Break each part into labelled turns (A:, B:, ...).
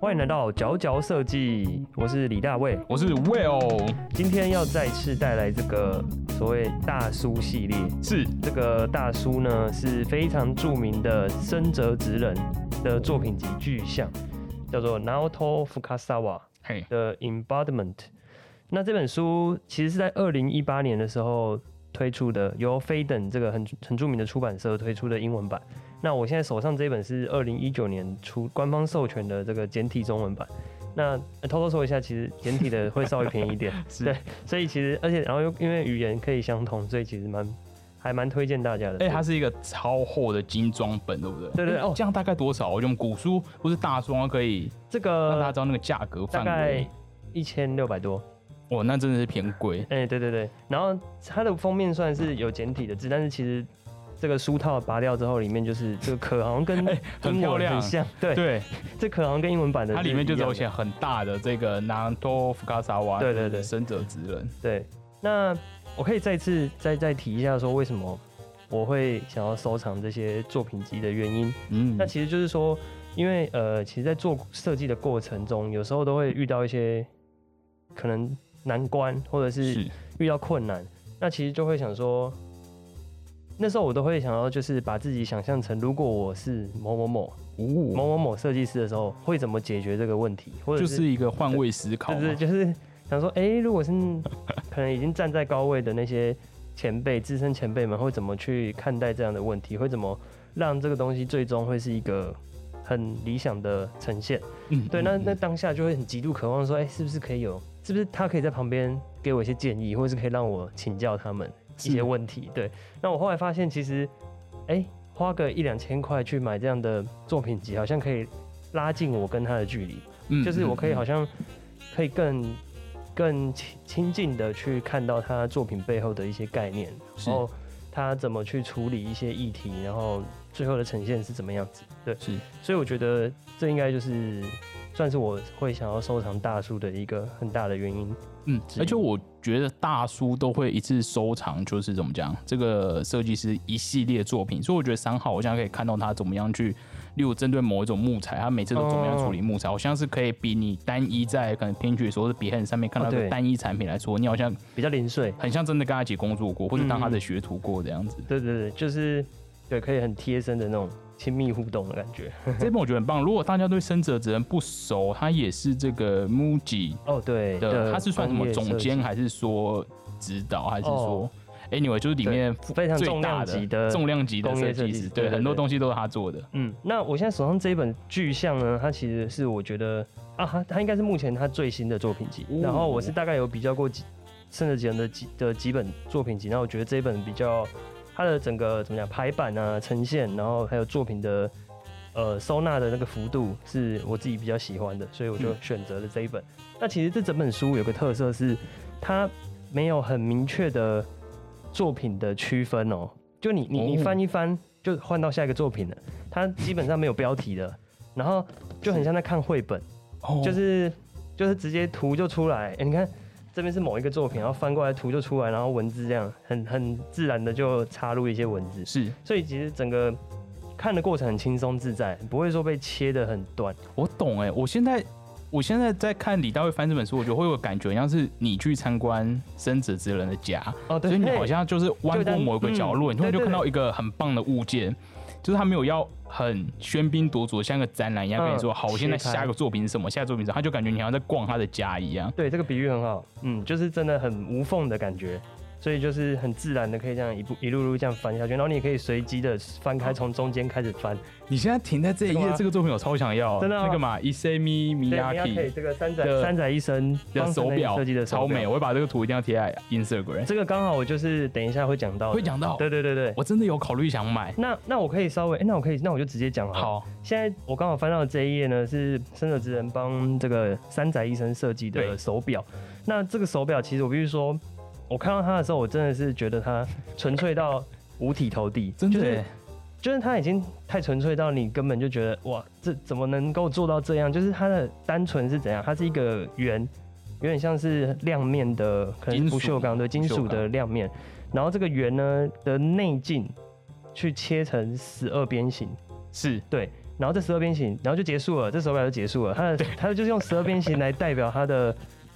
A: 欢迎来到佼佼设计，我是李大卫。
B: 我是 Will，
A: 今天要再次带来这个所谓大叔系列。
B: 是
A: 这个大叔呢是非常著名的深泽直人的作品集巨像，叫做 Naoto Fukasawa
B: 嘿，
A: 的 Embodiment。那这本书其实是在二零一八年的时候推出的，由飞等这个很很著名的出版社推出的英文版。那我现在手上这本是二零一九年出官方授权的这个简体中文版。那、呃偷偷说一下，其实简体的会稍微便宜一 点，
B: 是
A: 对，所以其实而且然后又因为语言可以相通，所以其实蛮还蛮推荐大家的。
B: 哎，它是一个超厚的精装本，对不对？
A: 对对对
B: 哎
A: 哦
B: 这样大概多少？我用古书或是大书可以
A: 这
B: 让
A: 个
B: 大家知道那个价格
A: 大
B: 范
A: 概
B: 围。
A: 一千六百多，
B: 哇，那真的是偏贵。
A: 哎、对对对，然后它的封面虽然是有简体的字，但是其实这个书套拔掉之后，里面就是这个壳好像 跟
B: 哎很
A: 英
B: 漂
A: 文
B: 亮啊
A: 很像，对，
B: 对，
A: 这壳好像跟英文版的
B: 它里面就是
A: 一样
B: 有
A: 的
B: 写很大的这个南多福卡萨瓦，
A: 对对对
B: 生者之人，
A: 对，那我可以再次再再提一下说为什么我会想要收藏这些作品集的原因。
B: 嗯
A: 那其实就是说，因为呃，其实，在做设计的过程中，有时候都会遇到一些可能难关，或者是
B: 是
A: 遇到困难，那其实就会想说，那时候我都会想要，就是把自己想象成，如果我是某某某
B: 哦，
A: 某某某设计师的时候，会怎么解决这个问题，或者
B: 就是是一个换位思考
A: 对对，
B: 嘛，
A: 就是想说，哎、如果是可能已经站在高位的那些前辈、资深前辈们，会怎么去看待这样的问题？会怎么让这个东西最终会是一个很理想的呈现？
B: 嗯
A: 对，
B: 嗯
A: 那
B: 嗯
A: 那当下就会很极度渴望说，哎、是不是可以有？是不是他可以在旁边给我一些建议，或者是可以让我请教他们一些
B: 是
A: 问题？对，那我后来发现，其实，哎、花个一两千块去买这样的作品集，好像可以拉近我跟他的距离。
B: 嗯
A: 就是我可以好
B: 嗯
A: 像可以更更亲亲近的去看到他作品背后的一些概念，
B: 是
A: 然后他怎么去处理一些议题，然后最后的呈现是怎么样子。对，
B: 是
A: 所以我觉得这应该就是算是我会想要收藏大叔的一个很大的原因。
B: 嗯，
A: 之
B: 而且
A: 一
B: 我觉得大叔都会一次收藏，就是怎么讲，这个设计师一系列作品，所以我觉得三号我现在可以看到他怎么样去，例如针对某一种木材，他每次都怎么样处理木材，好像是可以比你单一在可能 Pinterest 或是 Behance 上面看到
A: 哦
B: 的
A: 对
B: 单一产品来说，你好像
A: 比较零碎。
B: 很像真的跟他一起工作过，或者当他
A: 嗯
B: 的学徒过这样子。
A: 对对对，就是对，可以很贴身的那种亲密互动的感觉。
B: 这本我觉得很棒，如果大家对深泽直人不熟，他也是这个 MUJI
A: 哦，对
B: 的，他是算什
A: 工
B: 么
A: 业
B: 总
A: 设计
B: 监，还是说指导，还是
A: 哦
B: 说、anyway 就是里面
A: 非常
B: 最
A: 重
B: 大
A: 量级的
B: 重量级的
A: 工
B: 设
A: 业设
B: 计
A: 计
B: 师，
A: 师
B: 对，
A: 对对
B: 很多
A: 对
B: 东西都是他做的。
A: 嗯，那我现在手上这一本巨像呢，它其实是我觉得啊，它它应该是目前它最新的作品集。
B: 哦
A: 然后我是大概有比较过几，甚至几人的几的几本作品集，那我觉得这一本比较它的整个怎么讲排版啊、呈现，然后还有作品的呃收纳的那个幅度，是我自己比较喜欢的，所以我就
B: 嗯
A: 选择了这一本。那其实这整本书有个特色是，它没有很明确的作品的区分哦，就你你你
B: 哦
A: 翻一翻就换到下一个作品了，它基本上没有标题的，然后就很像在看绘本，
B: 哦
A: 就是就是直接图就出来，哎，你看。这边是某一个作品，然后翻过来图就出来，然后文字这样很很自然的就插入一些文字，
B: 是
A: 所以其实整个看的过程很轻松自在，不会说被切的很短。
B: 我懂哎、我现在我现在在看李大卫翻这本书，我觉得会有感觉，像是你去参观生子之人的家，
A: 哦，
B: 所以你好像就是弯
A: 就
B: 过
A: 当
B: 某一个角
A: 嗯
B: 落，你突然就
A: 对对
B: 看到一个很棒的物件。就是他没有要很喧宾夺主，像个展览一样跟你说，
A: 嗯
B: 好，我现在
A: 切开
B: 下一个作品是什么，下一个作品是什么，他就感觉你好像在逛他的家一样。
A: 对，这个比喻很好，嗯，就是真的很无缝的感觉，所以就是很自然的可以这样一步一路路这样翻下去，然后你也可以随机的翻开，从中间开始翻。
B: 你现在停在这一
A: 是
B: 页
A: 吗，
B: 这个作品我超想要，
A: 真的吗
B: 那个嘛
A: 对，
B: ，Isami
A: 你要可以
B: Miyaki
A: 这个三宅
B: 的
A: 三宅一生
B: 的手表
A: 设计的
B: 超
A: 手
B: 美，哦
A: 表，
B: 我会把这个图一定要贴在 Instagram。
A: 这个刚好我就是等一下会讲到的，
B: 会讲哦到，
A: 对对对对。
B: 我真的有考虑想买。
A: 那那我可以稍微，诶那我可以，那我就直接讲好了。
B: 好，
A: 现在我刚好翻到的这一页呢，是生者之人帮这个三宅医生设计的
B: 对
A: 手表。那这个手表其实我必须说，我看到它的时候，我真的是觉得它纯粹到五体投地，
B: 真
A: 就
B: 的
A: 是
B: 耶，
A: 就是它已经太纯粹到你根本就觉得哇，这怎么能够做到这样？就是它的单纯是怎样？它是一个圆，有点像是亮面的，可能
B: 金
A: 是
B: 属
A: 不锈钢对金
B: 不
A: 属
B: 锈钢
A: 的亮面，然后这个圆呢的内径去切成十二边形。
B: 是
A: 对，然后这十二边形，然后就结束了，这手表就结束了。它的它就是用十二边形来代表它的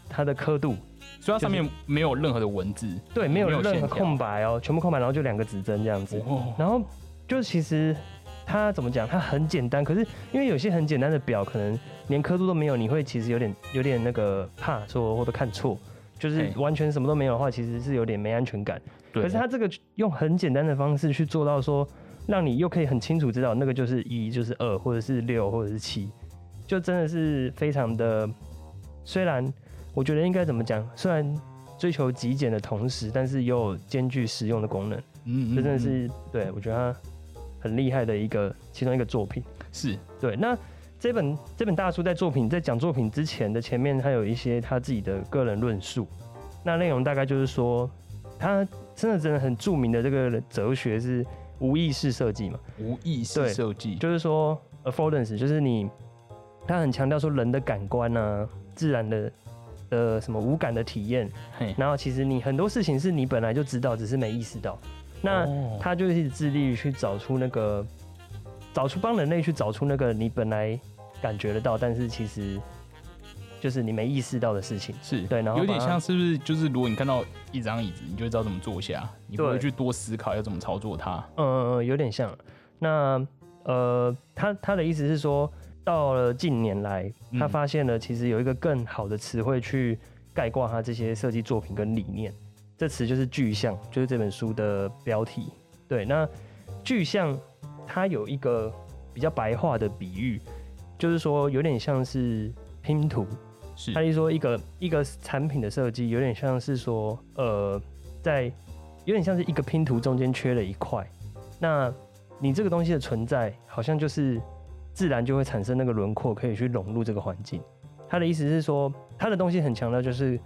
A: 它的刻度，
B: 所以它上面没有任何的文字。
A: 对，没有
B: 没有
A: 任
B: 线
A: 何
B: 条
A: 空白哦，全部空白，然后就两个指针这样子。
B: 哦，
A: 然后就其实它怎么讲，它很简单，可是因为有些很简单的表，可能连刻度都没有，你会其实有点有点那个怕说会不会看错，就是
B: 嘿
A: 完全什么都没有的话，其实是有点没安全感。
B: 对，
A: 可是它这个用很简单的方式去做到说，让你又可以很清楚知道那个就是一，就是二，或者是六，或者是七，就真的是非常的。虽然我觉得应该怎么讲，虽然追求极简的同时，但是又有兼具实用的功能。
B: 嗯
A: 这真的
B: 嗯
A: 是对我觉得他很厉害的一个其中一个作品。
B: 是
A: 对，那这本这本大叔在作品在讲作品之前的前面，他有一些他自己的个人论述。那内容大概就是说，他真的真的很著名的这个哲学是无意识设计嘛，
B: 无意识
A: 对
B: 设计。
A: 就是说 affordance，就是你他很强调说人的感官啊，自然的呃什么无感的体验，
B: 嘿，
A: 然后其实你很多事情是你本来就知道，只是没意识到。那、
B: 哦
A: 他就是一直致力于去找出那个，找出帮人类去找出那个你本来感觉得到，但是其实就是你没意识到的事情。
B: 是
A: 对然后
B: 有点
A: 把它
B: 像是不是就是如果你看到一张椅子，你就会知道怎么坐下，你不会
A: 对
B: 去多思考要怎么操作它。
A: 嗯，有点像。那呃，他他的意思是说，到了近年来，他
B: 嗯
A: 发现了其实有一个更好的词汇去概括他这些设计作品跟理念。这词就是具象，就是这本书的标题。对，那具象它有一个比较白话的比喻，就是说有点像是拼图，
B: 是
A: 他就说一个一个产品的设计有点像是说，呃，在有点像是一个拼图中间缺了一块，那你这个东西的存在好像就是自然就会产生那个轮廓，可以去融入这个环境。他的意思是说，他的东西很强调就是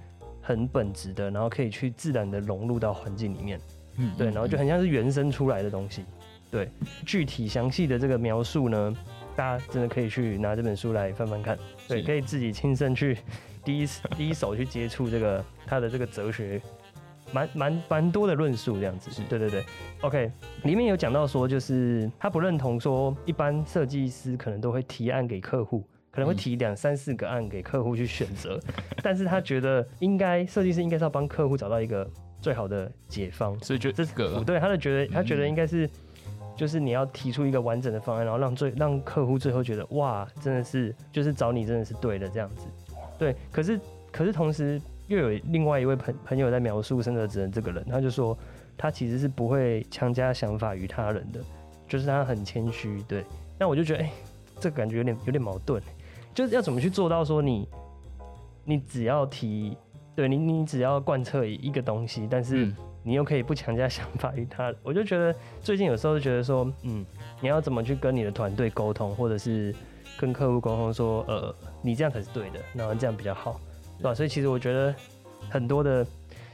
A: 很本质的，然后可以去自然的融入到环境里面。
B: 嗯
A: 对，
B: 嗯
A: 然后就
B: 嗯
A: 很像是原生出来的东西。对，具体详细的这个描述呢，大家真的可以去拿这本书来翻翻看，对，
B: 是
A: 可以自己亲身去第一次第一手去接触这个他的这个哲学，蛮蛮蛮多的论述这样子
B: 是。
A: 对对对，OK，里面有讲到说，就是他不认同说一般设计师可能都会提案给客户。可能会
B: 嗯
A: 提两三四个案给客户去选择，但是他觉得应该设计师应该是要帮客户找到一个最好的解方，
B: 嗯所以就
A: 这
B: 这
A: 是不
B: 个
A: 对，他就觉得他觉得
B: 嗯
A: 应该是，就是你要提出一个完整的方案，然后让最让客户最后觉得哇，真的是就是找你真的是对的这样子。对，可是可是同时又有另外一位朋朋友在描述深泽直人这个人，他就说他其实是不会强加想法于他人的，就是他很谦虚。对，那我就觉得哎、这个感觉有点有点矛盾，就是要怎么去做到说你你只要提。对你，你只要贯彻一个东西，但是
B: 嗯
A: 你又可以不强加想法于他， 我就觉得最近有时候就觉得说，嗯，你要怎么去跟你的团队沟通，或者是跟客户沟通说，呃，你这样才是对的，然后这样比较好，对吧、所以其实我觉得很多的，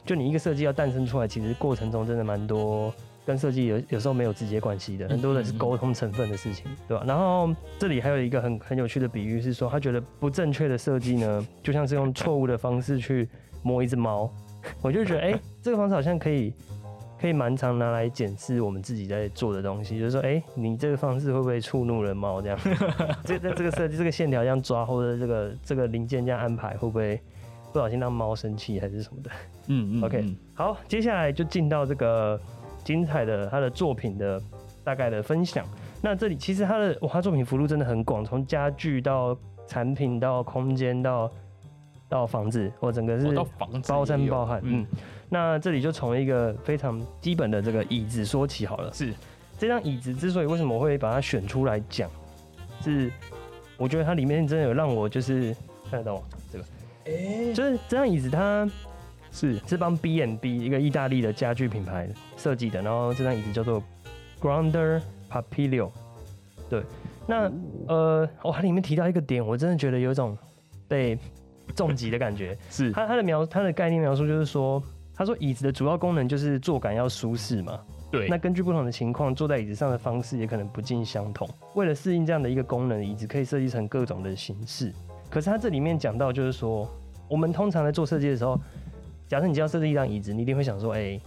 A: 就你一个设计要诞生出来，其实过程中真的蛮多跟设计有有时候没有直接关系的，很多的是沟通成分的事情，对吧、然后这里还有一个很很有趣的比喻是说，他觉得不正确的设计呢，就像是用错误的方式去摸一只猫， 我就觉得哎、这个方式好像可以。可以蛮常拿来检视我们自己在做的东西，就是说，哎、你这个方式会不会触怒了猫？这样，这这这个设计、这个线条这样抓，或者这个这个零件这样安排，会不会不小心让猫生气还是什么的？
B: 嗯嗯
A: OK
B: 嗯
A: 好，接下来就进到这个精彩的他的作品的大概的分享。那这里其实他的哇，他作品幅度真的很广，从家具到产品到空间到到房子，我整个是
B: 我哦到房子
A: 包
B: 也
A: 山
B: 有
A: 包海。嗯，那这里就从一个非常基本的这个椅子说起好了。
B: 是
A: 这张椅子之所以为什么我会把它选出来讲，是我觉得它里面真的有让我就是看得到吗这个，就是这张椅子它
B: 是
A: 是帮 B n B 一个意大利的家具品牌设计的，然后这张椅子叫做 Grander Papilio。对，那呃，哦，它里面提到一个点，我真的觉得有一种被重击的感觉。
B: 是
A: 他他的描他的概念描述就是说，他说椅子的主要功能就是坐感要舒适嘛。
B: 对
A: 那根据不同的情况，坐在椅子上的方式也可能不尽相同。为了适应这样的一个功能，椅子可以设计成各种的形式。可是他这里面讲到，就是说，我们通常在做设计的时候，假设你今天要设计一张椅子，你一定会想说，哎、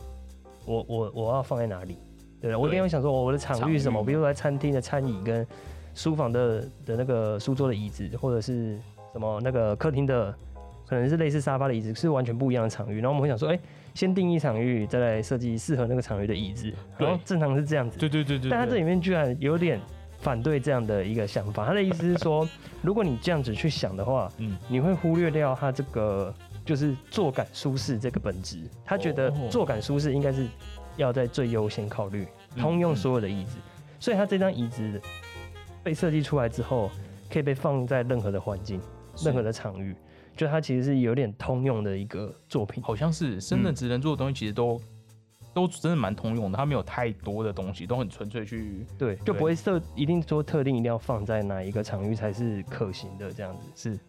A: 我我我要放在哪里？对不对我一定
B: 对
A: 会想说，我的场
B: 场
A: 域
B: 域
A: 是什么？
B: 嘛
A: 比如说在餐厅的餐椅跟书房的的那个书桌的椅子，或者是什么那个客厅的，可能是类似沙发的椅子，是完全不一样的场域。然后我们会想说，哎、先定义场域，再来设计适合那个场域的椅子。
B: 对
A: 然后正常是这样子，
B: 对对对对，
A: 但他这
B: 对
A: 里面居然有点反对这样的一个想法。他的意思是说，如果你这样子去想的话，
B: 嗯
A: 你会忽略掉他这个就是坐感舒适这个本质。他觉得
B: 哦
A: 坐感舒适应该是要在最优先考虑，
B: 嗯
A: 通用所有的椅子。所以他这张椅子被设计出来之后，可以被放在任何的环境、任何的场域。就它其实是有点通用的一个作品，
B: 好像是深
A: 嗯
B: 圳职能做的东西，其实都、都真的蛮通用的，它没有太多的东西，都很纯粹去
A: 对，就不会设一定说特定一定要放在哪一个场域才是可行的这样子。
B: 是。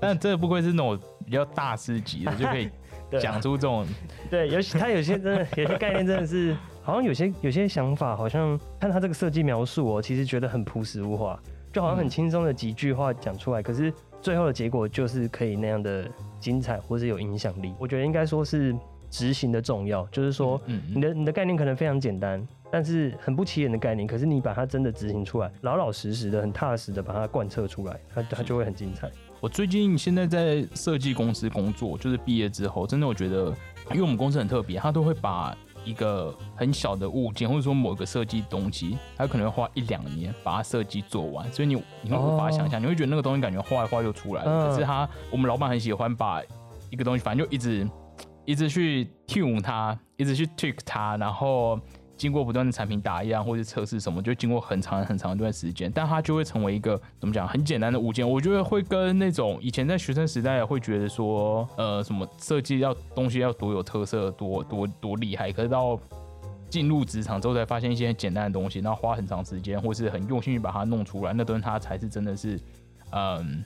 B: 但这不愧是那种比较大师级的，就可以
A: 对啊
B: 讲出这种
A: 对，尤其他有些真的有些概念真的是，好像有些有些想法，好像看他这个设计描述、哦，其实觉得很朴实无华，就好像很
B: 嗯
A: 轻松的几句话讲出来，可是最后的结果就是可以那样的精彩或是有影响力。我觉得应该说是执行的重要，就是说
B: 嗯
A: 你的你的概念可能非常简单。但是很不起眼的概念，可是你把它真的执行出来，老老实实的、很踏实的把它贯彻出来，它它就会很精彩。
B: 我最近现在在设计公司工作，就是毕业之后，真的我觉得，因为我们公司很特别，它都会把一个很小的物件，或者说某一个设计东西，它可能会花一两年把它设计做完，所以你你会无法
A: 哦
B: 想象，你会觉得那个东西感觉画一画就出来了。
A: 嗯
B: 可是它，我们老板很喜欢把一个东西，反正就一直一直去 tune 它，一直去 tweak 它，然后经过不断的产品打样或者测试什么，就经过很长很长一段时间，但它就会成为一个怎么讲很简单的物件。我觉得会跟那种以前在学生时代会觉得说，呃，什么设计要东西要多有特色，多多多厉害，可是到进入职场之后才发现一些很简单的东西，然后花很长时间或是很用心去把它弄出来，那东西它才是真的是，嗯，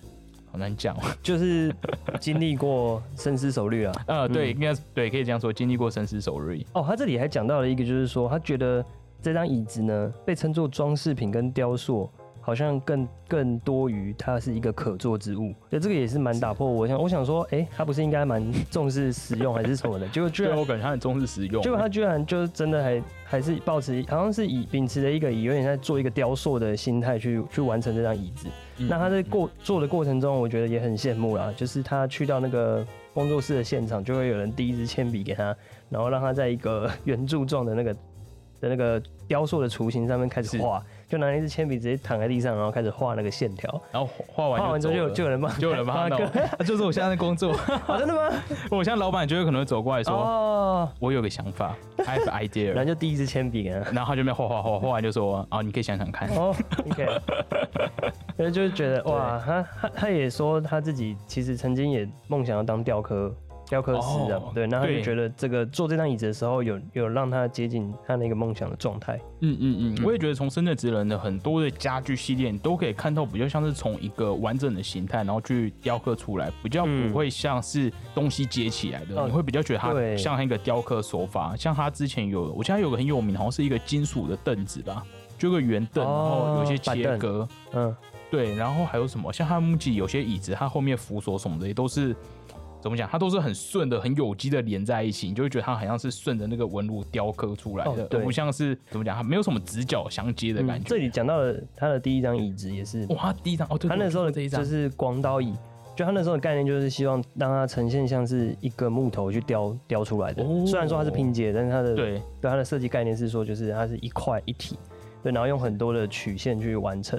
B: 好难讲哦。
A: 就是经历过深思熟虑啊，
B: 呃，对，应该是对，可以这样说，经历过深思熟虑。
A: 哦，他这里还讲到了一个，就是说他觉得这张椅子呢被称作装饰品跟雕塑，好像更更多于它是一个可做之物。对，这个也是蛮打破我想我想说，哎、他不是应该蛮重视实用还是什么的？结果居
B: 对，
A: 然。
B: 我感觉它很重视实用。
A: 结果他居然啊就真的还还是抱持好像是以秉持着一个以有点在做一个雕塑的心态去去完成这张椅子。
B: 嗯
A: 那他在过做的过程中，我觉得也很羡慕啦。就是他去到那个工作室的现场，就会有人递一支铅笔给他，然后让他在一个圆柱状的那个 的那个雕塑的雏形上面开始
B: 是
A: 画，就拿一支铅笔直接躺在地上，然后开始画那个线条。
B: 嗯然后画完
A: 画完之后就有
B: 就
A: 就有人帮他
B: 就有人帮他弄
A: 割，
B: 啊就是我现在的工 作，
A: 哦，真的 吗？
B: 我现在老板就有可能会走过来说，
A: 哦，
B: 我有个想法，I have an
A: 然后
B: idea，
A: 就递一支铅笔给他。
B: 然后他就在那边画画画，画完就说，啊，你可以想想看。
A: 哦，OK，所以就是觉得哇，他他他也说他自己其实曾经也梦想要当雕刻雕刻师啊，
B: 哦
A: 对，然后他就
B: 对
A: 觉得这个坐这张椅子的时候有有让他接近他那个梦想的状态，
B: 嗯嗯嗯，我也觉得从深圳职人的很多的家具系列，你都可以看到比较像是从一个完整的形态，然后去雕刻出来，比较
A: 嗯
B: 不会像是东西接起来的，
A: 哦
B: 你会比较觉得它
A: 对
B: 像一个雕刻手法。像它之前有，我记得它有个很有名，好像是一个金属的凳子吧，就有个圆凳，然后有一些
A: 哦板
B: 切
A: 凳
B: 割。
A: 嗯，
B: 对，然后还有什么？像汉木吉有些椅子，它后面扶手什么的也都是怎么讲？它都是很顺的、很有机的连在一起，你就会觉得它好像是顺着那个纹路雕刻出来的，
A: 哦对
B: 而不像是怎么讲？它没有什么直角相接的感
A: 嗯
B: 觉。
A: 这里讲到了他的第一张椅子也是，
B: 哇，它第一张哦，对，
A: 他
B: 对
A: 那
B: 我
A: 时候
B: 看过这
A: 的
B: 一张
A: 就是光刀椅。就他那时候的概念，就是希望让它呈现像是一个木头去雕雕出来的。
B: 哦
A: 虽然说它是拼接，但是它的
B: 对，
A: 对它的设计概念是说，就是它是一块一体，对，然后用很多的曲线去完成。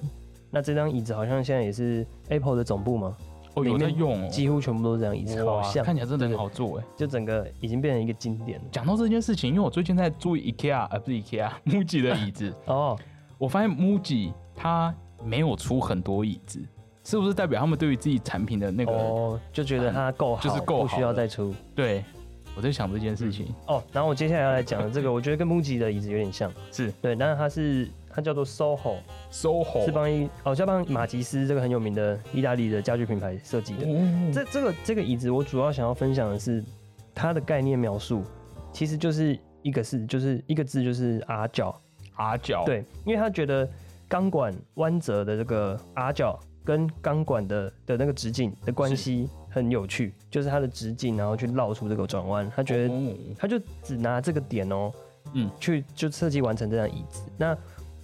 A: 那这张椅子好像现在也是 Apple 的总部嘛，
B: 哦，
A: 里
B: 有在
A: 面
B: 用哦。
A: 几乎全部都是这张椅子，好
B: 哇，
A: 像
B: 看起来真的很
A: 对
B: 好做哎！
A: 就整个已经变成一个经典了。
B: 讲到这件事情，因为我最近在注意 IKEA，呃，不是 IKEA，木 吉的椅子，
A: 哦，
B: 我发现 MUJI 它没有出很多椅子，是不是代表他们对于自己产品的那个？
A: 哦，就觉得它够好，
B: 就是够
A: 不
B: 好
A: 需要
B: 了
A: 再出。
B: 对，我在想这件事情。
A: 哦，然后我接下来要来讲的这个，我觉得跟 MUJI 的椅子有点像，
B: 是
A: 对，但是它是它叫做 SOHO，
B: SOHO，
A: 嗯是帮一哦，是帮马吉斯这个很有名的意大利的家具品牌设计的。
B: 哦
A: 这这个这个椅子，我主要想要分享的是它的概念描述，其实就是一个是就是一个字就是“阿角
B: 阿角，”，
A: 对，因为他觉得钢管弯折的这个“阿角”跟钢管的的那个直径的关系很有趣，就是它的直径，然后去绕出这个转弯，他觉得
B: 哦
A: 他就只拿这个点哦，
B: 嗯，
A: 去就设计完成这张椅子。那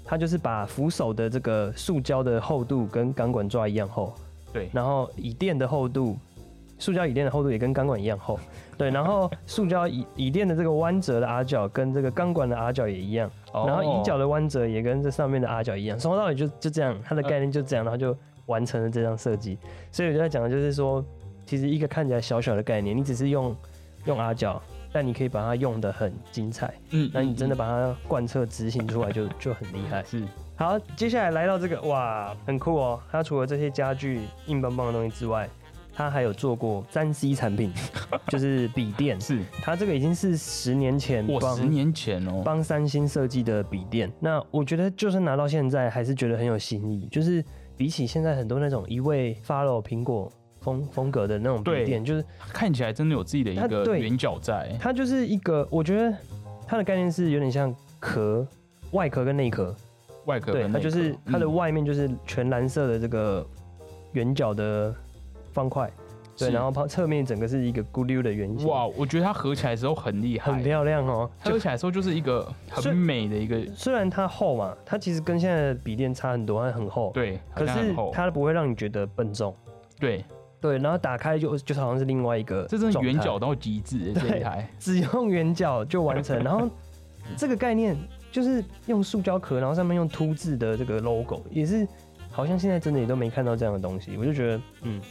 A: 它就是把扶手的这个塑胶的厚度跟钢管抓一样厚，
B: 对
A: 然后椅垫的厚度，塑胶椅垫的厚度也跟钢管一样厚，对，然后塑胶椅椅垫的这个弯折的 R 角跟这个钢管的 R 角也一样，
B: 哦
A: 然后椅脚的弯折也跟这上面的 R 角一样，从头到尾就就这样，
B: 嗯
A: 它的概念就这样，然后就完成了这张设计。所以我就在讲的就是说，其实一个看起来小小的概念，你只是用用 R 角，但你可以把它用的很精彩，
B: 嗯，
A: 那你真
B: 的
A: 的把它贯彻执行出来就就很厉害。
B: 是
A: 好，接下来来到这个，哇，很酷哦！它除了这些家具硬邦邦的东西之外，它还有做过三 C 产品， 就是笔电。
B: 是，
A: 它这个已经是十年前
B: 我
A: 帮
B: 十年前哦，
A: 帮三星设计的笔电。那我觉得就算拿到现在，还是觉得很有新意。就是比起现在很多那种一味 follow 苹果风风格的那种笔
B: 对
A: 电，就是
B: 看起来真的有自己的一
A: 它
B: 个
A: 对
B: 圆角在，
A: 它就是一个，我觉得它的概念是有点像壳。外壳跟内壳，
B: 外壳
A: 对，
B: 跟
A: 它
B: 内
A: 就是
B: 壳
A: 它的
B: 嗯
A: 外面就是全蓝色的这个圆角的方块，对，
B: 是
A: 然后旁侧面整个是一个咕溜的圆形，
B: 哇，我觉得它合起来的时候很厉害，
A: 很漂亮哦。
B: 它合起来的时候就是一个
A: 所
B: 很
A: 以
B: 美的一个，
A: 虽然它厚嘛，它其实跟现在的笔电差很多，它很厚，
B: 对，
A: 可
B: 好像
A: 是
B: 很厚，
A: 它不会让你觉得笨重，
B: 对，
A: 对，然后打开就就是好像是另外一个
B: 这
A: 状态，
B: 真的圆角到极致，
A: 对
B: 这一台
A: 只用圆角就完成，然后这个概念就是用塑胶壳，然后上面用凸字的这个 logo，也是好像现在真的也都没看到这样的东西，我就觉得嗯，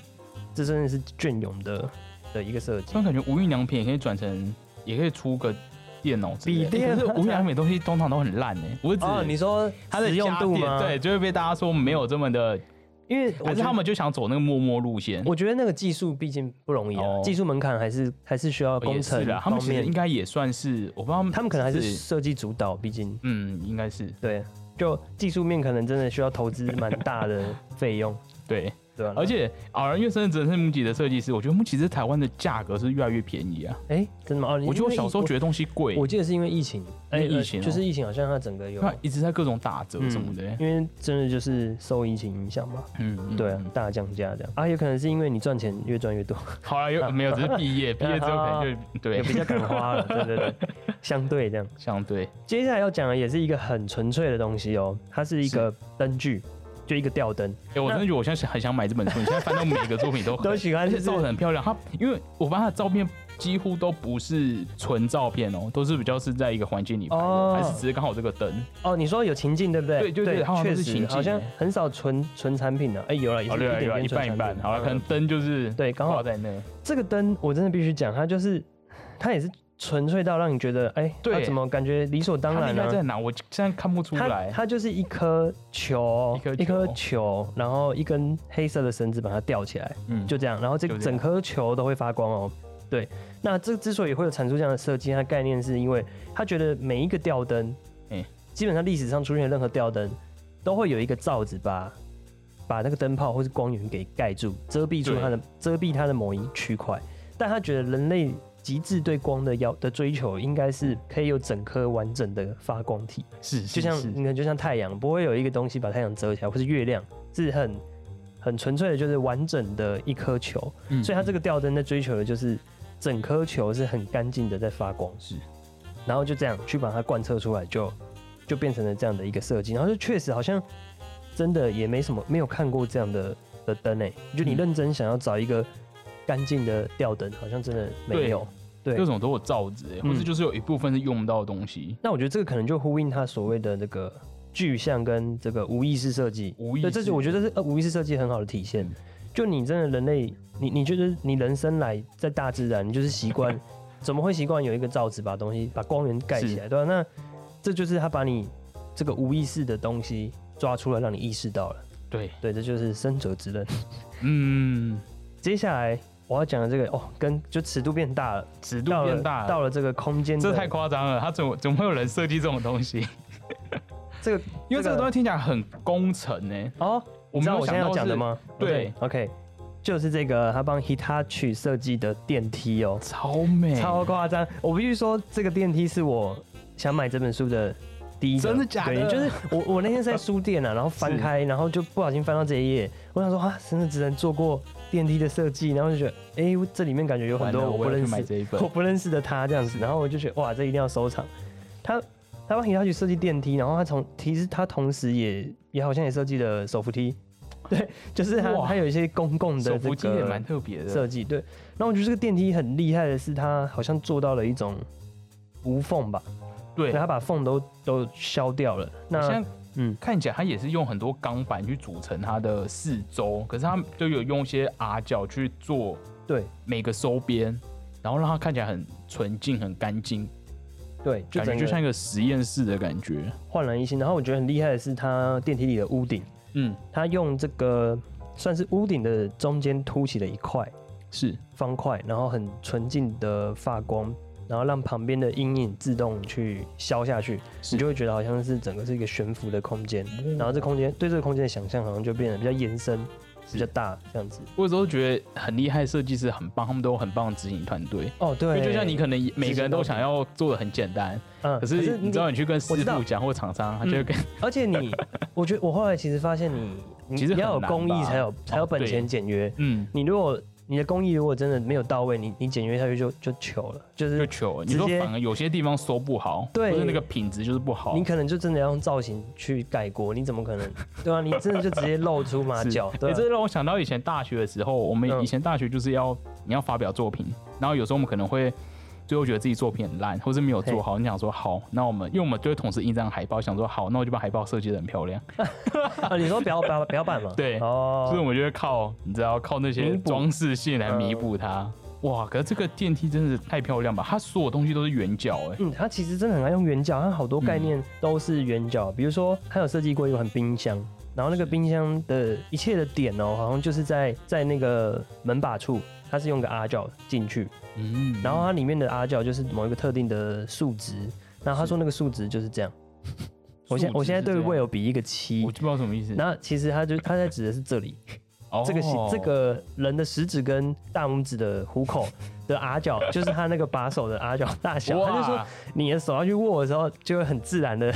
A: 这真的是隽永的的一个设计
B: 这，种感觉无印良品也可以转成，也可以出个电脑之类的
A: 笔电啊
B: 可是无印良品东西通常都很烂哎，我只
A: 哦，你说
B: 它的
A: 实用
B: 家
A: 度
B: 电
A: 吗？
B: 对，，就会被大家说没有这么的，
A: 因为我
B: 还
A: 觉
B: 是
A: 得
B: 他。们就想走那个默默路线。
A: 我觉得那个技术毕竟不容易啊，
B: 哦
A: 技术门槛还是还是需要工
B: 也
A: 程
B: 是啊啦，他们
A: 方
B: 其实
A: 面
B: 应该也算是，我不知道他们
A: 他们可能还是设计主导，毕竟
B: 嗯，应该是
A: 对，就技术面可能真的需要投资蛮大的费 用，
B: 对。
A: 对吧、
B: 而且老人院生真的是木吉的设计师，我觉得木吉在台湾的价格是越来越便宜啊。
A: 哎、真的吗？哦，你
B: 我觉得我小时候觉
A: 得
B: 得东西贵
A: 我，，我记得是因为疫情，
B: 因为
A: 呃
B: 疫情哦
A: 就是疫情好像它整个有，嗯
B: 它一直在各种打折什么的。
A: 因为真的就是受疫情影响嘛，
B: 嗯，嗯
A: 对啊
B: 嗯，
A: 大降价这样啊，有可能是因为你赚钱越赚越多，
B: 好了，有没有？只是毕业，毕业之后可能 就
A: 也
B: 对，
A: 比较敢花了，对对 对，相对这样。
B: 相对
A: 接下来要讲的也是一个很纯粹的东西哦，它是一个灯具，就一个吊灯，
B: 哎、我真的觉得我现在是很想买这本书。你现在翻到每一个作品都很
A: 都喜欢
B: 而
A: 就
B: 且
A: 是
B: 照得很漂亮。它因为我发现它的照片几乎都不是纯照片哦，都是比较是在一个环境里拍的，
A: 哦
B: 还是只是刚好这个灯。
A: 哦，你说有情境对不对？
B: 对对对好像
A: 确
B: 都是情
A: 实
B: 境
A: 好像很少纯纯产品的、哎、有了，也
B: 好
A: 是
B: 对
A: 一
B: 啊，
A: 点
B: 对啊
A: 点
B: 一
A: 纯
B: 半一
A: 产
B: 半。
A: 品
B: 好了，可能
A: 嗯
B: 灯就是
A: 对，刚
B: 挂
A: 好
B: 在那。
A: 这个灯我真的必须讲，它就是它也是纯粹到让你觉得，哎、
B: 对
A: 它怎么感觉理所当
B: 它
A: 然
B: 应
A: 呢、
B: 该在哪？我现在看不出
A: 它
B: 来。
A: 它就是一颗球
B: 一颗，球
A: 一颗球，然后一根黑色的绳子把它吊起来，
B: 嗯，
A: 就这样。然后这
B: 就这
A: 整
B: 样
A: 颗球都会发光哦。对，那这之所以会有产出这样的设计，它的概念是因为他觉得每一个吊灯，
B: 哎
A: 基本上历史上出现的任何吊灯，都会有一个罩子把把那个灯泡或是光源给盖住，遮蔽住它的遮蔽它的某一区块。但他觉得人类极致对光的要的追求，应该是可以有整颗完整的发光体。
B: 是，是
A: 就像
B: 是
A: 你看，就像太阳，不会有一个东西把太阳遮起来，或是月亮，是很很纯粹的，就是完整的一颗球。
B: 嗯
A: 所以它这个吊灯在追求的就是整颗球是很干净的在发光，
B: 是，
A: 然后就这样去把它贯彻出来就，就变成了这样的一个设计。然后就确实好像真的也没什么没有看过这样的的灯诶、就你
B: 嗯
A: 认真想要找一个干净的吊灯，好像真的没有。对
B: 各种都有罩子、欸，或是
A: 嗯
B: 就是有一部分是用不到的东西。
A: 那我觉得这个可能就呼应它所谓的那个具象跟这个无意识设计。
B: 无意
A: 对，这
B: 识
A: 是我觉得是呃无意识设计很好的体现
B: 嗯。
A: 就你真的人类，你你觉得你人生来在大自然，你就是习惯，怎么会习惯有一个罩子把东西把光源盖起来，对吧、那这就是他把你这个无意识的东西抓出来，让你意识到了。
B: 对，
A: 对，这就是生者之刃。
B: 嗯，
A: 接下来我要讲的这个哦，跟就尺度变大了，
B: 尺度
A: 到了
B: 变大
A: 到
B: 了，
A: 了这个空间的，
B: 这太夸张了。它怎么怎么会有人设计这种东西？
A: 这个
B: 因为
A: 这
B: 这
A: 个
B: 个东西听起来很工程欸呢、
A: 哦，你
B: 我
A: 知
B: 没
A: 道
B: 有
A: 我现
B: 想
A: 在要
B: 到
A: 讲的
B: 是
A: 吗？
B: 对
A: ，OK，就是这个他帮 Hitachi 设计的电梯哦，
B: 超美，
A: 超夸张！我必须说，这个电梯是我想买这本书的第一个，
B: 真的假的
A: 对，就是我我那天是在书店啊，然后翻开，然后就不小心翻到这一页，我想说啊，真的只能做过电梯的设计，然后就觉得，哎、这里面感觉有很
B: 完
A: 多
B: 了
A: 我
B: 我
A: 不
B: 要
A: 认
B: 去买
A: 识，
B: 这一本
A: 我。不认识的他这样子，然后我就觉得哇，这一定要收藏。他他帮 Hitachi 设计电梯，然后他从其实他同时也也好像也设计了手扶梯， 对，就是他
B: 哇
A: 他有一些公共的
B: 手
A: 这
B: 扶梯也蛮
A: 个
B: 特别的，
A: 设计，对。那我觉得这个电梯很厉害的是，它好像做到了一种无缝吧，
B: 对
A: 对，，它把缝都都削掉了。那
B: 像
A: 嗯，
B: 看起来它也是用很多钢板去组成它的四周，可是它就有用一些 R 角去做
A: 对
B: 每个收边，然后让它看起来很纯净、很干净，
A: 对，就
B: 感觉
A: 整
B: 就像
A: 个
B: 一个实验室的感觉。
A: 焕然一新。然后我觉得很厉害的是，它电梯里的屋顶，
B: 嗯，
A: 它用这个算是屋顶的中间凸起的一块。
B: 是
A: 方块，然后很纯净的发光，然后让旁边的阴影自动去消下去，
B: 是
A: 你就会觉得好像是嗯整个是一个悬浮的空间，然后这空间对这个空间的想象好像就变得比较延伸、比较大这样子。
B: 我有时候觉得很厉害，设计师很棒，他们都有很棒的执行团队。
A: 哦，
B: 因
A: 对，
B: 为就像你可能每个人都
A: 执行
B: 想要做的很简单，
A: 嗯，
B: 可是你知道你嗯去跟师
A: 我知道
B: 傅讲或厂商，他就会跟
A: 而且 你，我觉得我后来其实发现你，你
B: 其实
A: 你要有
B: 很难
A: 工艺
B: 吧哦
A: 才有才有本钱
B: 对
A: 简约，
B: 嗯
A: 你如果你的工艺如果真的没有到位，你你简约下去就就糗了，就
B: 就是求，
A: 直
B: 你说
A: 接
B: 反而有些地方收不好，
A: 对
B: 或者那个品质就是不好
A: 你。可能就真的要用造型去盖锅，你怎么可 能？对啊，你真的就直接露出马
B: 是
A: 脚，对
B: 欸
A: 啊、
B: 这让我想到以前大学的时候，我们
A: 嗯
B: 以前大学就是要你要发表作品，然后有时候我们可能会最后觉得自己作品很烂，或是没有做好，你想说好，那我们因为我们就会同时印一张海报，想说好，那我就把海报设计的很漂亮，
A: 啊，你说表表表板嘛？
B: 对所以
A: 哦，
B: 我们就会靠你知道靠那
A: 弥
B: 些
A: 补嗯
B: 装饰性来弥补它。哇，可是这个电梯真的是太漂亮吧？它所有东西都是圆角哎、
A: 嗯，他其实真的很爱用圆角，他好多概念都是圆
B: 嗯
A: 角，比如说他有设计过一款冰箱，然后那个冰箱的一切的点哦、好像就是在在那个门把处，它是用个 R 角进去，
B: 嗯，
A: 然后它里面的 R 角就是某一个特定的数值，然后他说那个数值就是这样。我现
B: 数值
A: 我现在
B: 是这
A: 对
B: 样
A: w i l 比一个七
B: 我，就不知道什么意思。
A: 然后其实他就他在指的是这里，
B: 哦
A: 这个形这个人的食指跟大拇指的虎口的 R 角，就是他那个把手的 R 角大小。他就说
B: 哇，
A: 你的手要去握的时候，就会很自然的，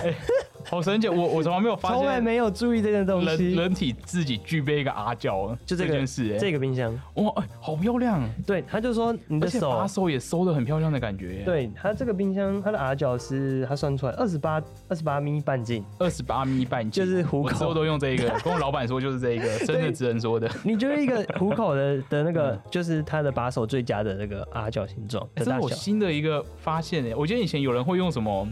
B: 好神奇！我我从来没有发
A: 从来
B: 现
A: 没有注意这件东
B: 人
A: 西。
B: 人体自己具备一个阿角，
A: 就这个
B: 件事哎、
A: 这个冰箱，
B: 哇、哎好漂亮！
A: 对，他就说你
B: 而
A: 的
B: 且
A: 手
B: 把，手也收的很漂亮的感觉。，欸
A: 对他这个冰箱，它的 R 角是他算出来二十八二十八米半径，
B: 二十八米半径，
A: 就是虎口
B: 我之后都用这 一个，跟我老板说就是这一个，真的只能说的。
A: 你觉得一个虎口的的那 个，就是它的把手最佳的那个 R 角形状
B: 嗯哎
A: 的
B: 这
A: 大
B: 是我
A: 小，
B: 新的一个发现哎、我记得以前有人会用什么，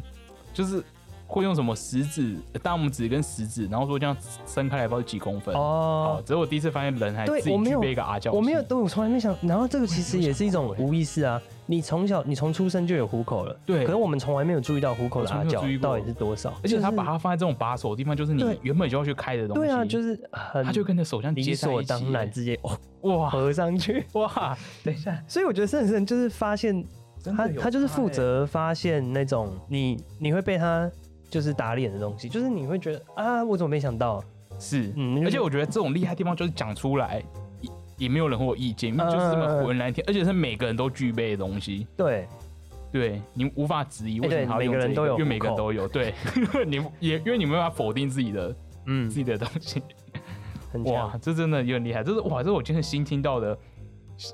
B: 就是会用什么食指、呃大拇指跟食指，然后说这样伸开来不知道几公分。
A: 哦
B: 哦，，只是我第一次发现人还
A: 对
B: 自己
A: 我没
B: 具
A: 有
B: 备一个阿角，
A: 我没有，对我从来没想。然后这个其实也是一种
B: 欸
A: 无意识啊，你从小你从出生就有虎口了，可
B: 对
A: 是我们从来没有注意到虎口的
B: 我从
A: 阿
B: 来没有
A: 角
B: 注意过
A: 到底是多少，
B: 而且
A: 就是
B: 他把它放在这种把手的地方，就是你
A: 对
B: 原本就要去开的东西，
A: 对啊，就是很
B: 它就跟着手这样
A: 理
B: 接在
A: 所
B: 一起欸
A: 当然直接哦
B: 哇
A: 合上 去。
B: 哇，等一下，
A: 所以我觉得圣神就是发现
B: 真
A: 他
B: 的有
A: 他就是
B: 差
A: 负
B: 欸
A: 责发现那种你你会被他就是打脸的东西，就是你会觉得啊我怎么没想到，
B: 是，
A: 嗯，
B: 而且我觉得这种厉害地方就是讲出来，也也没有人会有意见，因为就是这
A: 呃
B: 么浑然天，而且是每个人都具备的东西，
A: 对
B: 对你无法质疑为什
A: 哎对
B: 么他要
A: 每
B: 用
A: 个
B: 这
A: 人
B: 一
A: 都
B: 个
A: 有
B: 因为
A: 户
B: 每个人
A: 口
B: 都有，对， 你也因为你没办法否定自己的
A: 嗯
B: 自己的东西，
A: 很
B: 哇
A: 强，，
B: 这真的有点厉害，这是哇，这是我今天新听到的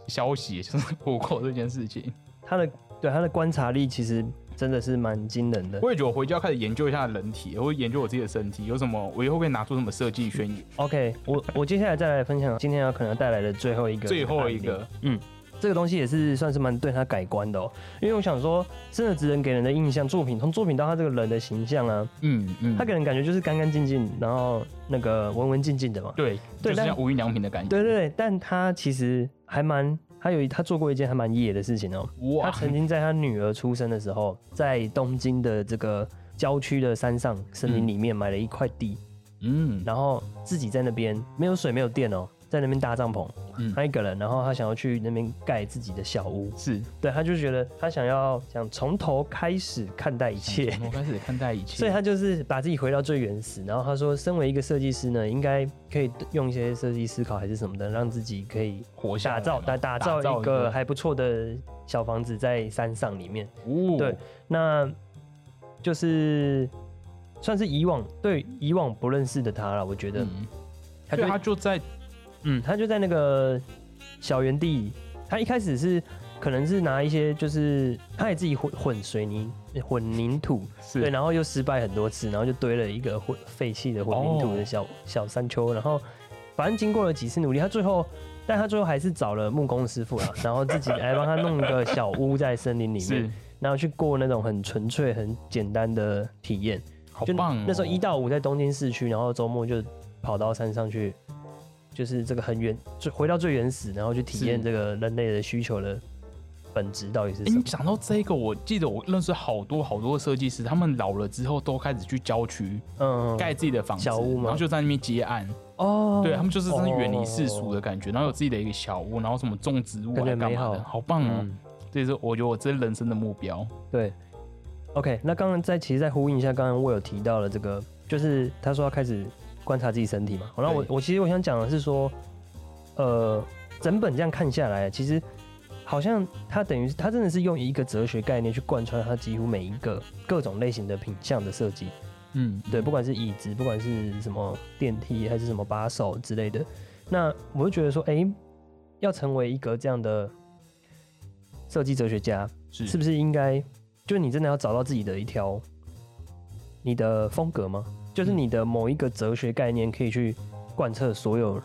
B: 消息，就是户口这件事情，
A: 他的对他的观察力其实真的是蛮惊人的。
B: 我也觉得我回家要开始研究一下人体，我会研究我自己的身体有什么，我以后会拿出什么设计宣
A: 嗯
B: 言，
A: OK，我我接下来再来分享今天要可能要带来的最后一个
B: 最后一
A: 案例
B: 个，
A: 这个东西也是算是蛮对他改观的哦，因为我想说，真的职人给人的印象，作品从作品到他这个人的形象啊，
B: 嗯嗯，
A: 他给人感觉就是干干净净，然后那个文文静静的嘛。
B: 对，就
A: 对
B: 是
A: 但
B: 像无印良品的感觉，
A: 对对对，但他其实还蛮，他有一他做过一件还蛮野的事情哦，他
B: 哇，
A: 曾经在他女儿出生的时候，在东京的这个郊区的山上森林里面买了一块地，
B: 嗯，
A: 然后自己在那边没有水没有电哦，在那边搭帐篷，
B: 嗯
A: 他一个人，然后他想要去那边盖自己的小屋，
B: 是
A: 对，他就觉得他想要想从头开始看待一切，
B: 从头开始看待一 切，
A: 所以他就是把自己回到最原始。然后他说，身为一个设计师呢，应该可以用一些设计思考还是什么的，让自己可以
B: 活下
A: 打
B: 来
A: 造
B: 嘛
A: 打打造
B: 哦打造
A: 一
B: 一
A: 个
B: 个
A: 还不错的小房子在山上里面。
B: 哦，
A: 对，那就是算是以往对以往不认识的他了，我觉得、
B: 嗯，
A: 他就
B: 对，他就在
A: 嗯，他就在那个小园地，他一开始是可能是拿一些就是他也自己混混水泥混凝土，
B: 是
A: 对，然后又失败很多次，然后就堆了一个混废弃的混凝土
B: 哦
A: 的小、小山丘，然后反正经过了几次努力，他最后。但他最后还是找了木工师傅啊，然后自己来帮他弄一个小屋在森林里面
B: 是，，
A: 然后去过那种很纯粹、很简单的体验。
B: 好
A: 就
B: 棒、哦！
A: 那时候一到五在东京市区，然后周末就跑到山上去，就是这个很原，最回到最原始，然后去体验
B: 是
A: 这个人类的需求的本质到底是
B: 诶
A: 什么
B: 你。讲到这个，我记得我认识好多好多设计师，他们老了之后都开始去郊区
A: 嗯，
B: 盖自己的房子，
A: 小屋吗
B: 然后就在那边接案。
A: 哦，
B: 对他们就是真的远离世俗
A: 的，
B: 的感觉，然后有自己的一个小屋，然后什么种植物
A: 感觉
B: 还干
A: 美
B: 嘛
A: 好
B: 的，好棒哦！
A: 嗯，
B: 这也是我觉得我这人生的目标。
A: 对。OK，那刚刚在其实再呼应一下，刚刚我有提到了这个，就是他说要开始观察自己身体嘛。那我
B: 对
A: 我其实我想讲的是说，呃，整本这样看下来，其实好像他等于他真的是用一个哲学概念去贯穿他几乎每一个各种类型的品相的设计。
B: 嗯，
A: 对，不管是椅子，不管是什么电梯还是什么把手之类的，那我就觉得说，哎、要成为一个这样的设计哲学家，
B: 是
A: 是不是应该，就是你真的要找到自己的一条你的风格吗？就是你的某一个哲学概念可以去贯彻所有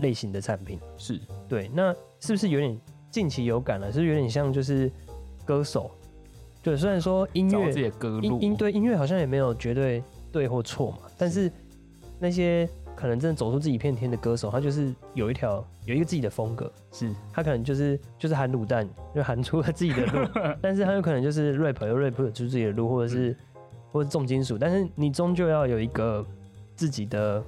A: 类型的产品。
B: 是
A: 对，那是不是有点近期有感了？是不是有点像就是歌手？对，虽然说音
B: 找到
A: 乐
B: 自己的歌路
A: 音，音对音乐好像也没有绝对对或错嘛，但是那些可能真的走出自己一片天的歌手，他就是有一条有一个自己的风格，
B: 是
A: 他可能就是就是含卤蛋，就含出了自己的 路，但是他有可能就是 rap 又 rap 出自己的路，或者
B: 嗯
A: 是、或者是重金属，但是你终究要有一个自己的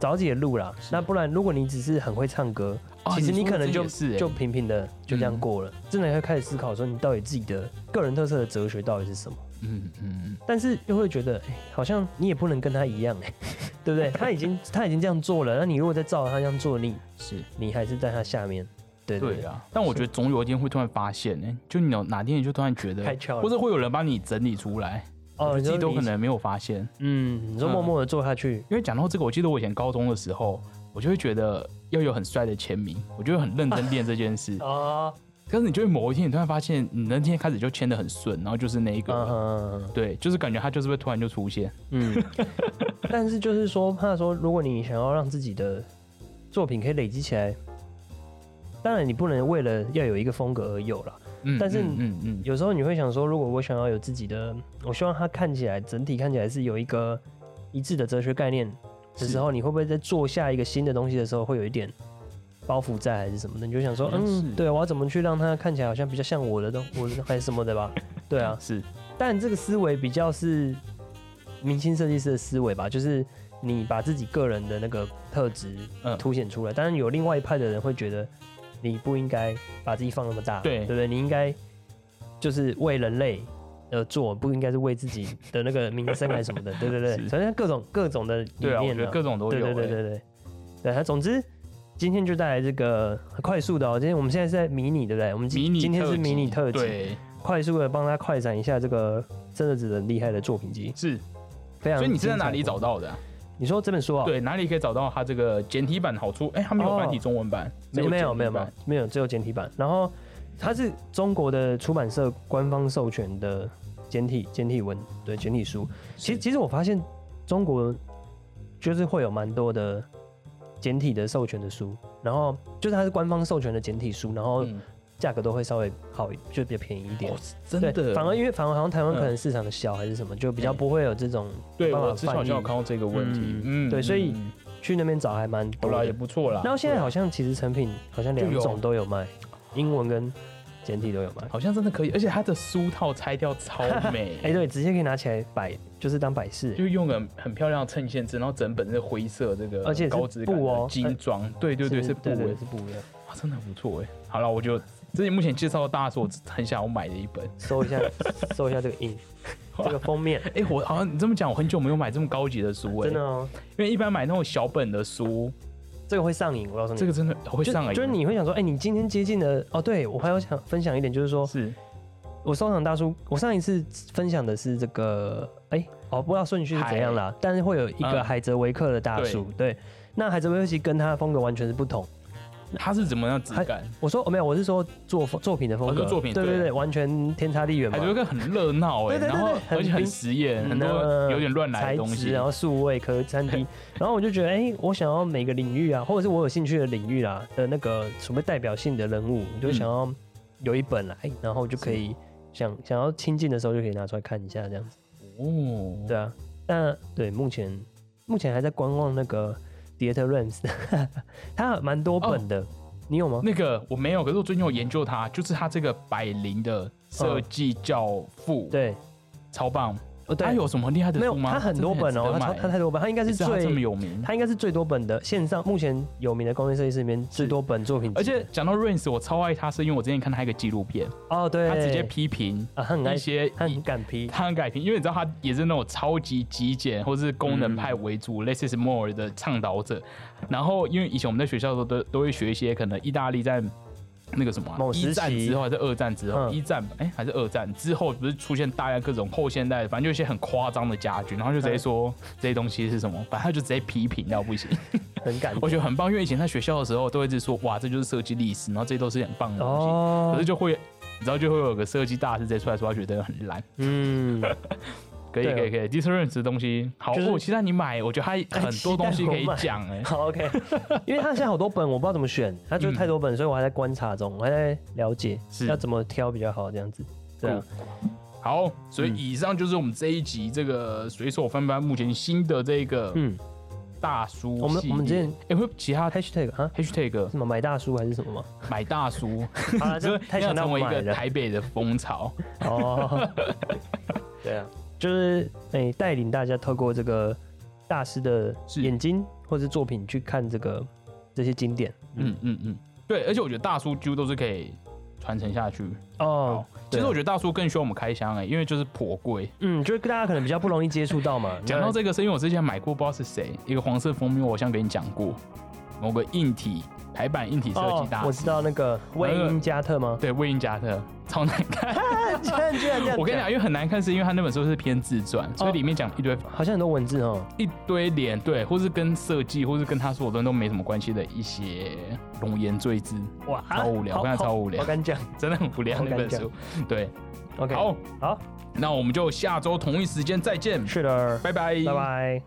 A: 找到自己的路啦，那不然如果你只是很会唱歌，
B: 啊
A: 其实
B: 你
A: 你
B: 说
A: 可
B: 的
A: 能
B: 这
A: 就
B: 也是欸
A: 就平平的就这样
B: 嗯
A: 过了，真的要开始思考说你到底自己的个人特色的哲学到底是什么。
B: 嗯嗯嗯，
A: 但是又会觉得，哎、好像你也不能跟他一样、哎，对不 对？他已经他已经这样做了，那你如果再照着他这样做，你
B: 是
A: 你还是在他下面，对对
B: 对啊。但我觉得总有一天会突然发现，哎，就你有哪天你就突然觉
A: 开
B: 得，
A: 窍
B: 或
A: 了。
B: 者会有人帮你整理出来，
A: 哦，你
B: 你自
A: 说
B: 己都
A: 你
B: 可，能没有发现。
A: 嗯，你说默默的做下去，
B: 因为讲到这个，我记得我以前高中的时候，我就会觉得要有很帅的签名，我就会很认真练这 件事。
A: 哦，
B: 可是你就会某一天，你突然发现，你那天开始就签的很顺，然后就是那一个人，
A: 嗯
B: 对，就是感觉他就是会突然就出现。
A: 嗯， 但是就是说，怕说，如果你想要让自己的作品可以累积起来，当然你不能为了要有一个风格而有了。
B: 嗯
A: 但是
B: 嗯嗯嗯，
A: 有时候你会想说，如果我想要有自己的，我希望它看起来整体看起来是有一个一致的哲学概念的时候，你会不会在做下一个新的东西的时候，会有一点包袱在还是什么的？你就想说
B: 好，像是
A: 嗯，对，我要怎么去让它看起来好像比较像我的东，我的还是什么的吧？对啊，
B: 是
A: 但这个思维比较是明星设计师的思维吧，就是你把自己个人的那个特质
B: 嗯
A: 凸显出来。当然有另外一派的人会觉得你不应该把自己放那么大，
B: 对
A: 对不对？你应该就是为人类而做，不应该是为自己的那个名声还是什么 的，对对对。
B: 是
A: 反正各种各种的理
B: 对啊，我
A: 念、
B: 觉得各种都
A: 对
B: 有、
A: 对
B: 欸。
A: 对对对，对。他总之今天就带来这个很快速的哦，今天我们现在是在迷你，对不对？我们今
B: 迷你
A: 今天
B: 特
A: 是
B: 辑
A: 迷你特辑，
B: 对，
A: 快速的帮他快闪一下这个真的值很厉害的作品集，
B: 是。
A: 非常。
B: 所以你是在哪里找？到的啊、
A: 你说这本书啊？，
B: 对，哪里可以找到它这个简体版好处？哎、它没有
A: 哦
B: 繁体中文版，只
A: 没没有没
B: 简体
A: 有没有
B: 版，
A: 没有，只有简体版。然后它是中国的出版社官方授权的简体简体文，对简体书。其实
B: 是
A: 其实我发现中国就是会有蛮多的简体的授权的书，然后就是它是官方授权的简体书，然后
B: 嗯
A: 价格都会稍微好，就比较便宜一点
B: 哦。，真的，
A: 对，反而因为反而好像台湾
B: 嗯
A: 可能市场小还是什么，就比较
B: 嗯
A: 不会有这种
B: 对
A: 办法
B: 我之前好
A: 翻译
B: 像有看到这个问题，嗯，
A: 嗯对所以
B: 嗯
A: 去那边找还蛮
B: 好
A: 多
B: 啦，
A: 的
B: 也。不错啦。
A: 然后现在好像其实成品好像两
B: 啊就有哦
A: 种都有卖，英文跟简体都有卖。，
B: 好像真的可以，而且它的书套拆掉超美
A: 哎、对，直接可以拿起来摆，就是当摆饰。
B: 就用个很漂亮的衬线织，然后整本是灰色这个，
A: 而且是
B: 高质感
A: 布
B: 的
A: 哦
B: 精装，对对对，是布
A: 对对
B: 哎
A: 对，是布的。
B: 哇真的很不错哎。好了，我就这是目前介绍的大家是我很想要买的一本。
A: 搜 一下，搜一下这个印，这个封面，
B: 哎、我好像你这么讲，我很久没有买这么高级的书哎，
A: 真的哦，
B: 因为一般买那种小本的书，
A: 这个会上瘾。我告诉你，
B: 这个真的会
A: 就
B: 上瘾，
A: 就是你会想说，哎、你今天接近的哦，对我还有想分享一点，就是说
B: 是
A: 我收藏大叔，我上一次分享的是这个，哎、哦，不知道顺序是怎样啦，但是会有一个
B: 嗯
A: 海泽维克的大叔，对，那海泽维克其实跟他的风格完全是不同，
B: 它是怎么样质感？
A: 我说哦没有，我是说作风作品的风
B: 哦
A: 格，
B: 就作品
A: 对对
B: 对
A: 对，完全天差地远嘛
B: 还。有一个很热闹哎，
A: 对对对
B: 然后
A: 对很
B: 而且很
A: 冰
B: 实验，
A: 嗯
B: 很多
A: 那
B: 有点乱来
A: 材
B: 的东
A: 质，啊
B: 西。
A: 然后数位科三 D，然后我就觉得，哎、我想要每个领域啊，或者是我有兴趣的领域啊的那个什么代表性的人物，我就想要有一本
B: 嗯
A: 来，然后就可以想想要亲近的时候就可以拿出来看一下这样子。
B: 哦，
A: 对啊，但对目前目前还在观望那个 Theater Rams，它蛮多本的，你有吗？
B: 那个哦我没有，可是我最近有研究它，就是它这个百灵的设计教父，，
A: 嗯对，
B: 超棒。
A: 哦对，
B: 它有什么厉害的
A: 没有
B: 书？吗？
A: 它很多本哦，它超它太多本，它应该
B: 但
A: 是
B: 是它这么
A: 最
B: 有名。
A: 它应该是最多本的线上目前有名的工业设计师里面最多本作品集，
B: 而且讲到 Rains，我超爱他，是因为我之前看他一个纪录片，
A: 哦对，
B: 他直接批评
A: 啊，他很爱
B: 一些
A: 他很敢批，
B: 他很改评，因为你知道他也是那种超级极简或是功能派为主、
A: 嗯
B: 类似 s more 的倡导者。然后因为以前我们在学校的时候都都会学一些可能意大利在那个什么啊、
A: 某时期
B: 一战之后还是二战之后，
A: 嗯
B: 一战吧哎、还是二战之后不是出现大量各种后现代，反正就一些很夸张的家具，然后就直
A: 嗯
B: 接说、这些东西是什么，反正他就直接批评 到不行。
A: 很敢
B: 我觉得很棒，因为以前在学校的时候都会一直说哇这就是设计历史，然后这些都是很棒的东西，
A: 哦
B: 可是，就会。你知道就会有个设计大师直接出来说他觉得很烂，
A: 嗯，
B: 可以
A: 对啊
B: 可以可以 d i s c e r n 这东西好，哦
A: 就是
B: 我期待你买，我觉得它很多东西可以讲哎、
A: 好 OK，因为他现在好多本，我不知道怎么选，他就
B: 嗯
A: 太多本，所以我还在观察中，我还在了解
B: 是
A: 要怎么挑比较好这样子，对啊，
B: 哎好，所以
A: 嗯
B: 以上就是我们这一集这个随手翻翻目前新的这个
A: 嗯
B: 大叔系列。
A: 我们我们之前
B: 哎、会其他
A: ，#hashtag 啊，
B: hashtag
A: 什么买大叔还是什么 吗？
B: 买大叔，
A: 好了，
B: 就
A: 这
B: 是
A: 太
B: 要
A: 强调
B: 成为一
A: 买
B: 个
A: 了
B: 台北的风潮。
A: 哦，对啊，就是诶带、领大家透过这个大师的
B: 是
A: 眼睛或是作品去看这个这些经典，
B: 嗯嗯嗯，对，而且我觉得大叔几乎都是可以传承下去。
A: 哦，
B: 其
A: 对
B: 实
A: 啊
B: 我觉得大叔更需要我们开箱哎、因为就是颇贵。
A: 嗯，就是大家可能比较不容易接触到嘛。
B: 讲到这个，是因为我之前买过，不知道是谁，一个黄色封面，我好像跟你讲过，某个硬体排版硬体设计大
A: 哦，我
B: 师，
A: 知道那个魏因加特吗？
B: 对，魏英加特，超难看。
A: 居然居然这样，
B: 我跟你讲，，因为很难看，是因为他那本书是偏自传，所以
A: 哦
B: 里面讲一堆、
A: 好像很多文字哦。
B: 一堆脸，对，或是跟设计，或是跟他说的东西都没什么关系的一些容颜赘字，
A: 哇，
B: 超无聊
A: 好
B: 我看
A: 好
B: 他超无聊
A: 我敢讲
B: 真的很无聊
A: 好
B: 那本
A: 敢讲
B: 书。对，
A: ，OK，
B: 好，
A: 好，
B: 那我们就下周同一时间再见，
A: 是的，
B: 拜拜，
A: 拜。拜。